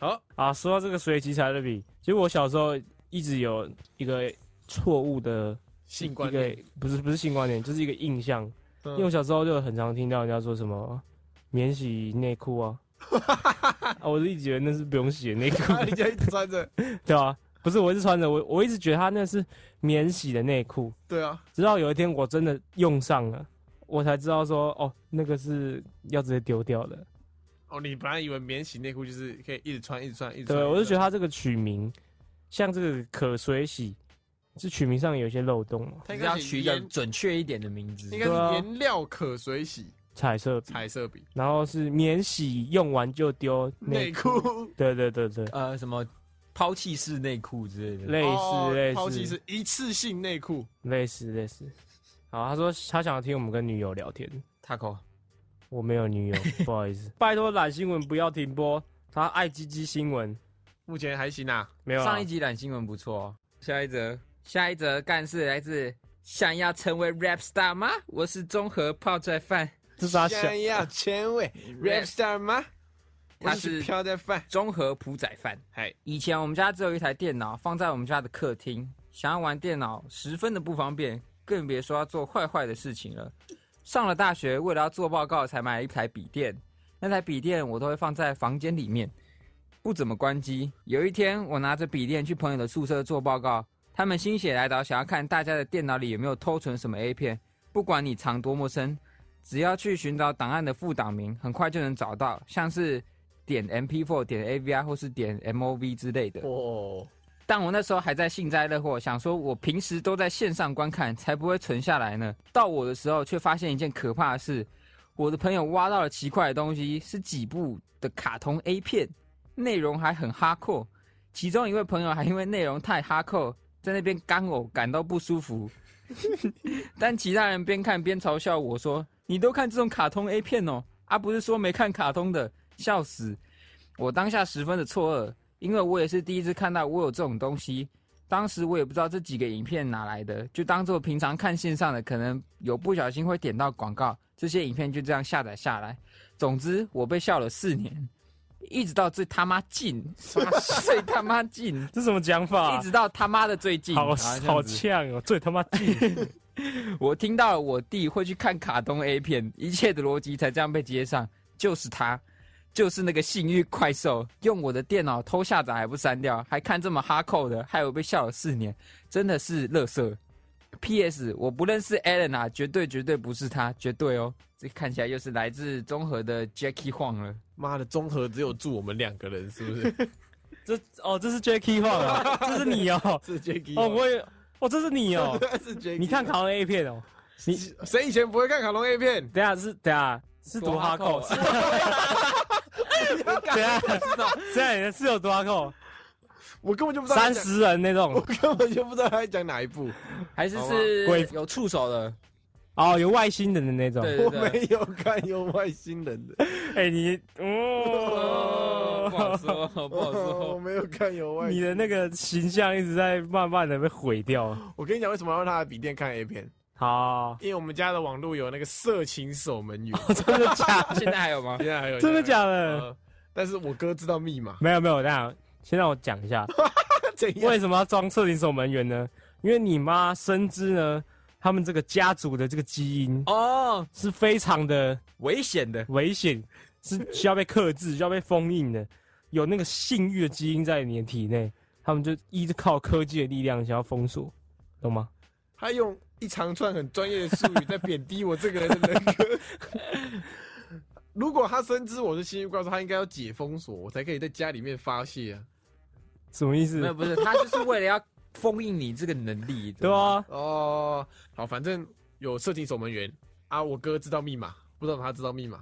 好
啊，说到这个水洗彩色笔，其实我小时候一直有一个错误的
性
一
观
个
念，
不是不是性观念，就是一个印象，
嗯
因为我小时候就很常听到人家说什么免洗内 裤啊，啊，我就一直以为那是不用洗的内裤
啊，，人家一直穿着，
对啊，不是，我一直穿着，我我一直觉得它那是免洗的内裤。
对啊，
直到有一天我真的用上了，我才知道说，哦，那个是要直接丢掉的。
哦，你本来以为免洗内裤就是可以一直穿、一直穿、一直穿，
对，我就觉
得
得它这个取名，像这个可水洗，这取名上有一些漏洞嘛。
他应
你
该
要
是
取一个
颜
准确一点的名字
应。该是
对啊
颜料可水洗
彩色笔，
彩色笔
然后是免洗，用完就丢
内
内裤。
裤。
对对对对，
呃，什么抛弃式内裤之 类的。
类
哦
似类
抛弃
似
是一次性内裤，
类似类似。好，他说他想要听我们跟女友聊天，
Taco，
我没有女友，不好意思。拜托懒新闻不要停播，他爱鸡鸡新闻
目前还行啊。
没有啦
上一集懒新闻不错、哦。下一则，下一则干事来自想要成为 rap star 吗？我是综合泡菜饭。
这是他想
想要成为 rap star 吗？
它
我只
是
飘在饭，
综合朴仔饭。
嗨，
以前我们家只有一台电脑放在我们家的客厅，想要玩电脑十分的不方便，更别说要做坏坏的事情了。上了大学，为了要做报告，才买了一台笔电。那台笔电我都会放在房间里面，不怎么关机。有一天，我拿着笔电去朋友的宿舍做报告，他们心血来潮，想要看大家的电脑里有没有偷存什么 A 片。不管你藏多么深，只要去寻找档案的副档名，很快就能找到，像是点 MP4、点 AVI 或是点 MOV 之类的。
哦，
但我那时候还在幸灾乐祸，想说我平时都在线上观看，才不会存下来呢。到我的时候，却发现一件可怕的事：我的朋友挖到了奇怪的东西，是几部的卡通 A 片，内容还很哈扣。其中一位朋友还因为内容太哈扣，在那边干呕，感到不舒服。 但其他人边看边嘲笑我说：“你都看这种卡通 A 片哦，啊，不是说没看卡通的，笑死！”我当下十分的错愕，因为我也是第一次看到我有这种东西。当时我也不知道这几个影片哪来的，就当做平常看线上的，可能有不小心会点到广告，这些影片就这样下载下来。总之，我被笑了四年，一直到最他妈 近，最他妈近，
这什么讲法
一
啊？
直到他妈的最近。
好
然后这样
好
子
呛哦，最他妈近！
我听到了我弟会去看卡通 A 片，一切的逻辑才这样被接上，就是他，就是那个性欲快兽，用我的电脑偷下载还不删掉，还看这么哈扣的，害我被笑了四年，真的是乐色。P.S. 我不认识 Alan 啊，绝对绝对不是他，绝对哦。这看起来又是来自综合的 Jackie Huang 了，
妈的，综合只有住我们两个人，是不 是？
这哦，这是 Jackie 话啊， 这是你哦，
是 Jacky
哦，我也，哦，这是你 哦，
是 Jacky，
你看卡通 A 片哦，你
谁以前不会看卡通 A 片？
等一下是等一下是多哈扣，是 等一下这样你的是有多哈扣，
我根本就不知道他
三
讲，
十人那
我
种
根本就不知道他在讲哪一部，
还是
好吧
是
鬼
有触手的？
哦，有外星人的那种，
对
我
对对，
没有看有外星人 的，
哎你
哦，不好
哦，
说，不好
我
说。
没有看有外
你
星。
的那个形象一直在慢慢的被毁掉。
我跟你讲，为什么要让他的笔电看 A 片？
好，
因为我们家的网络有那个色情守门员，
真的假的？
现在还有吗？
现在还有
真的假 的？
呃但是我哥知道密码，
没有没有，这样先让我讲一下，
怎样？啊
为什么要装色情守门员呢？因为你妈深知呢，他们这个家族的这个基因
哦，
是非常的
危险的。
危险，是需要被克制、 需要被封印的，有那个性欲的基因在你的体内，他们就依靠科技的力量想要封锁，懂吗？
他用一长串很专业的术语在贬低我这个人的人格。如果他深知我是新欲怪兽，他应该要解封锁，我才可以在家里面发泄啊。
什么意
没有，
思？
不是，他就是为了要封印你这个能力。
对啊，
哦，好，反正有色情守门员啊，我哥知道密码，不知道他知道密码，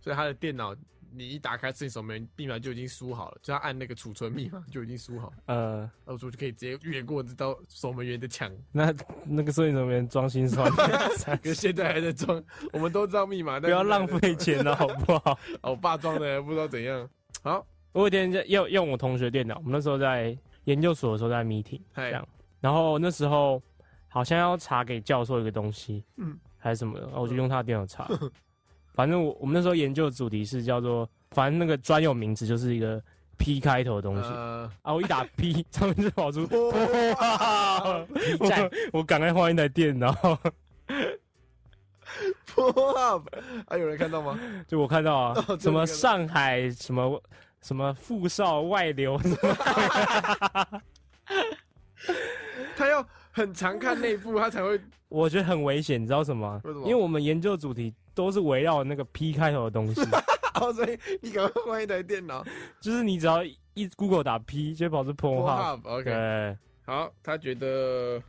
所以他的电脑你一打开色情守门员密码就已经输好了，就他按那个储存密码就已经输好了，
呃，
那我就可以直接越过这道守门员的墙。
那那个摄影守门员装心 酸，
可是现在还在装，我们都知道密码，
不
但
要
是还在
浪
装
费钱了，好不好？
哦，我爸装的不知道怎样。好，
我有一天在用用我同学电脑，我们那时候在研究所的时候在 meeting
嗨
这样，然后那时候好像要查给教授一个东西，
嗯
嗯，还是什么的，然后我就用他的电脑 查。反正我我们那时候研究的主题是叫做，反正那个专有名词就是一个 P 开头的东西、
呃，
啊，我一打 P，上面就跑出
哇
哇！
P 站
我 我赶快换一台电脑，
pull up 啊，有人看到吗？
就我看到啊，
哦真的看
什
到
么上海什么什么富少外流，
他要很常看内部，他才会
我觉得很危险，你知道什么吗？
为什么
因为我们研究主题都是围绕那个 P 开头的 东西，
哦，所以你赶快换一台电脑。
就是你只要一 Google 打 P 就会跑出 p o
pull
n h u
up OK，
对，
好，他觉得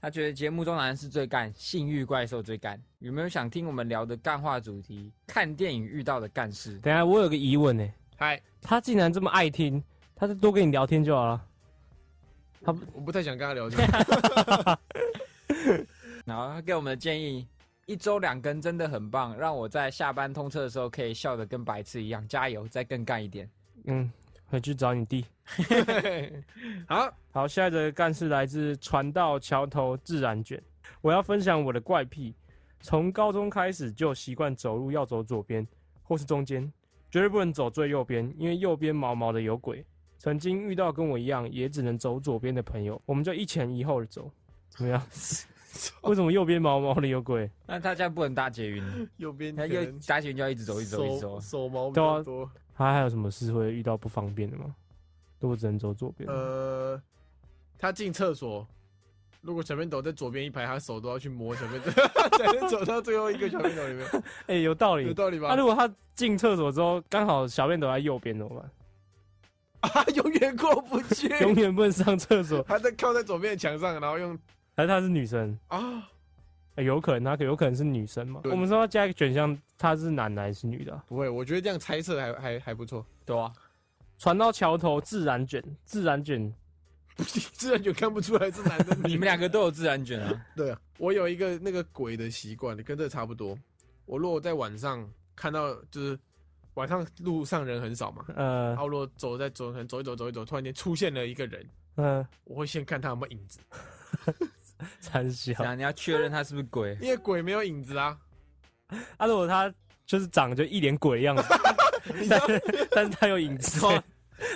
他觉得节目中男人是最干，性欲怪兽最干。有没有想听我们聊的干话主题？看电影遇到的干事。
等一下我有个疑问呢、欸
嗨，
他竟然这么爱听，他就多跟你聊天就好了。他不
我不太想跟他聊天。
然后他给我们的建议：一周两更真的很棒，让我在下班通车的时候可以笑得跟白痴一样。加油，再更干一点。
嗯，回去找你弟。
好，
好，下一则干事来自船到桥头自然卷。我要分享我的怪癖，从高中开始就习惯走路要走左边或是中间，绝对不能走最右边，因为右边毛毛的有鬼。曾经遇到跟我一样也只能走左边的朋友，我们就一前一后的走，怎么样？ 为什么右边毛毛的有鬼？
那大家不能搭捷运，
右边
那
可
又
能
搭捷运就要一直走，一直走，一直
手。
走
手毛比
对啊
较多。
他还有什么事会遇到不方便的吗？都只能走左边。
呃，他进厕所，如果小便斗在左边一排，他手都要去摸小便 斗，才能走到最后一个小便斗里面，
哎、有道
有
理。
道理
那、
吧？
如果他进厕所之后刚好小便斗在右边怎么办？
啊，永远过不 去，
永远不能上厕所。
他在靠在左边的墙上，然后用
还是他是女生？
啊，
哎有可能他有可能是女生嘛？
对
我们说要加一个选项，他是男的还是女的啊、
不会，我觉得这样猜测还还还不错。
对啊，
船到桥头自然卷，自然卷。
自然就看不出来是男的，
你们两个都有自然卷啊。
对啊，我有一个那个鬼的习惯，跟这差不多。我如果在晚上看到，就是晚上路上人很少嘛，
呃
然后如果走在走，可能走一走走一走，突然间出现了一个人，
呃，
我会先看他有没有影子，
三小。
然后你要确认他是不是鬼，
因为鬼没有影子啊，
啊，如果他就是长得就一脸鬼 的样子，
你知
但
道？
但是他有影子、欸，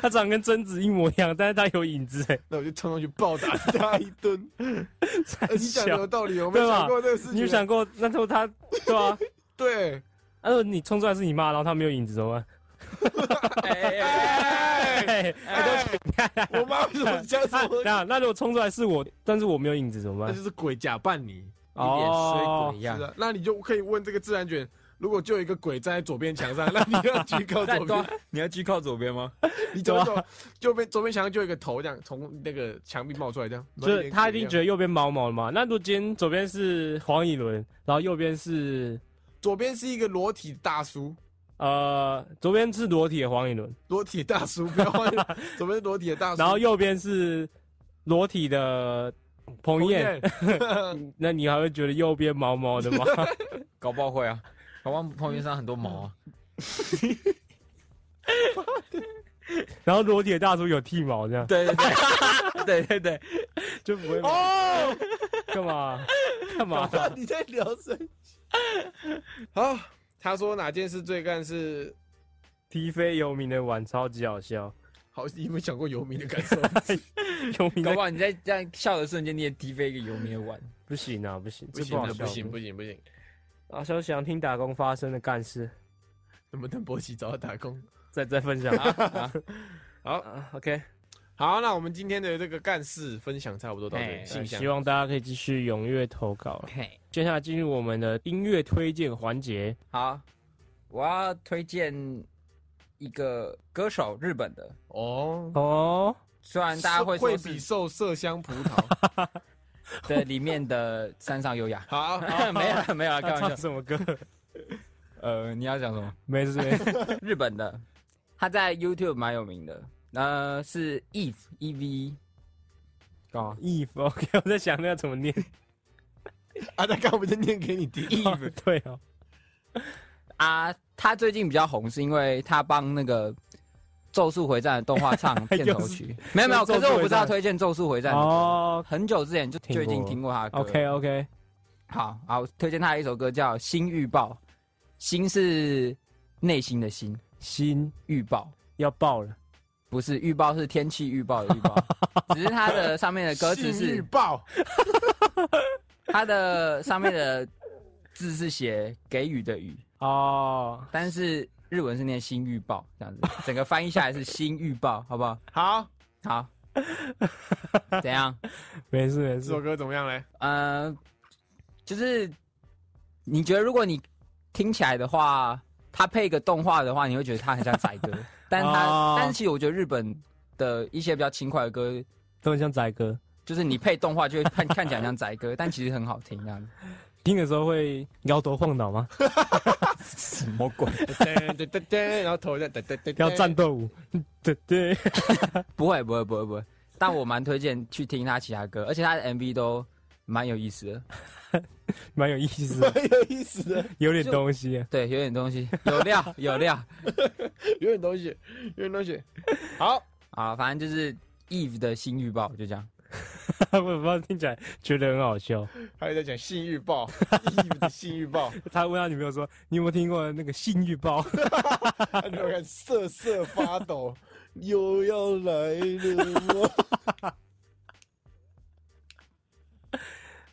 他长得跟贞子一模一样，但是他有影子、欸，
那我就冲上去暴打他一顿。
三
呃你讲的
小
有。道理，我没有
对吧
想过这个事情。
你有想过那时候他对啊？
对？
啊，如果你冲出来是你妈，然后他没有影子怎么办？
哎哎哎
哎，
哎，
哎，我妈为什么这样
那
说？
那那如果冲出来是我，但是我没有影子怎么
那
办
就？是鬼假扮你。
一脸衰鬼
哦
样
是。啊，那你就可以问这个自然卷，如果就有一个鬼站在左边墙上，那 你要举高
那
左
你都
边
要，你要去靠左边吗？
你走走，右边左边墙上就有一个头这样从那个墙壁冒出来这样，
就是他一定觉
得
得右边毛毛的嘛。那如果今天左边是黄以伦，然后右边是
左边是一个裸体大叔，
呃，左边是裸体的黄以伦，
裸体大叔不要 忘了，左边是裸体的大叔，
然后右边是裸体的彭
红
燕，
艳，
那你还会觉得右边毛毛的吗？
搞不好会啊，搞不好旁边上很多毛啊。
然后裸体的大叔有剃毛，这样
对对对，对对对，
就不会
哦，
干嘛干嘛？
你在聊谁？好，他说哪件事最干是
踢飞游民的碗超级好笑，
好？你有没有想过游民的感 受？
游民
搞
的
不好 你在这样笑的瞬间，你也踢飞一个游民的碗。
不行啊，不行，
不
这
行
好
的，
笑
不行，不行，不行，
啊，小想听打工发生的干事，
能不能波奇找他打工？
再再分享啊。啊 OK，
好，那我们今天的这个干事分享差不多到这
嘿
里，信箱
希。望大家可以继续踊跃投稿。
嘿，
接下来进入我们的音乐推荐环节。
好，我要推荐一个歌手，日本的，
哦，
哦，
虽然大家会说
比
是
受麝香葡 萄。，
对里面的山上优雅
好， 啊
没有 了没有了，开
要
玩
唱
笑。
什么歌？
呃，你要讲什么？
没事没事。
日本的，他在 YouTube 蛮有名的，呃，是 Eve E V，
哦，if OK，我在想那要怎么念。
阿大刚我就念给你听。
if 对哦，
啊，他最近比较红，是因为他帮那个《咒术回战》的动画 唱片头曲。没有没有，
咒术
可
回战
是我不是要推荐《咒术回战》哦，
哦
很久之前就
听过
就已经听过他的歌。
，OK OK，
好好，我推荐他的一首歌叫《心预报》，心是内心的心，
心
预报
要爆了。
不是预报，是天气预报的 预报，只是它的上
呃
面的歌词
信誉
是
报
它的上面的字是写给予的予，
哦，
但是日文是念心预报这样子，整个翻译下来是心预报，好不好？
好，
好，怎样？
没事没
这首
事。
歌怎么样嘞？
呃，就是你觉得如果你听起来的话，它配一个动画的话，你会觉得它很像载 歌，但它、
哦
但其实我觉得日本的一些比较轻快的歌，
都很像仔哥，
就是你配动画就会看看起来像载歌，但其实很好听啊这样子。
听的时候会摇头晃脑吗？
什么鬼？
噔噔噔噔，然后头在噔噔噔，
要战。斗舞，对对。
不会不会不会不会，但我蛮推荐去听他其他歌，而且他的 MV 都蛮有意思的。
蛮有意思的，
蛮 有意思的，
有点东西。啊
对，有点东西，有料有 料
有点东西，有点东西。好，
啊，反正就是 Eve 的新预报就这样。
我也不知道听起来觉得很好笑。
还有在讲性欲暴， 抑郁的性欲暴，
他问他女朋友说：“你有没有听过那个性欲报？”
他女友看瑟瑟发抖，又要来了吗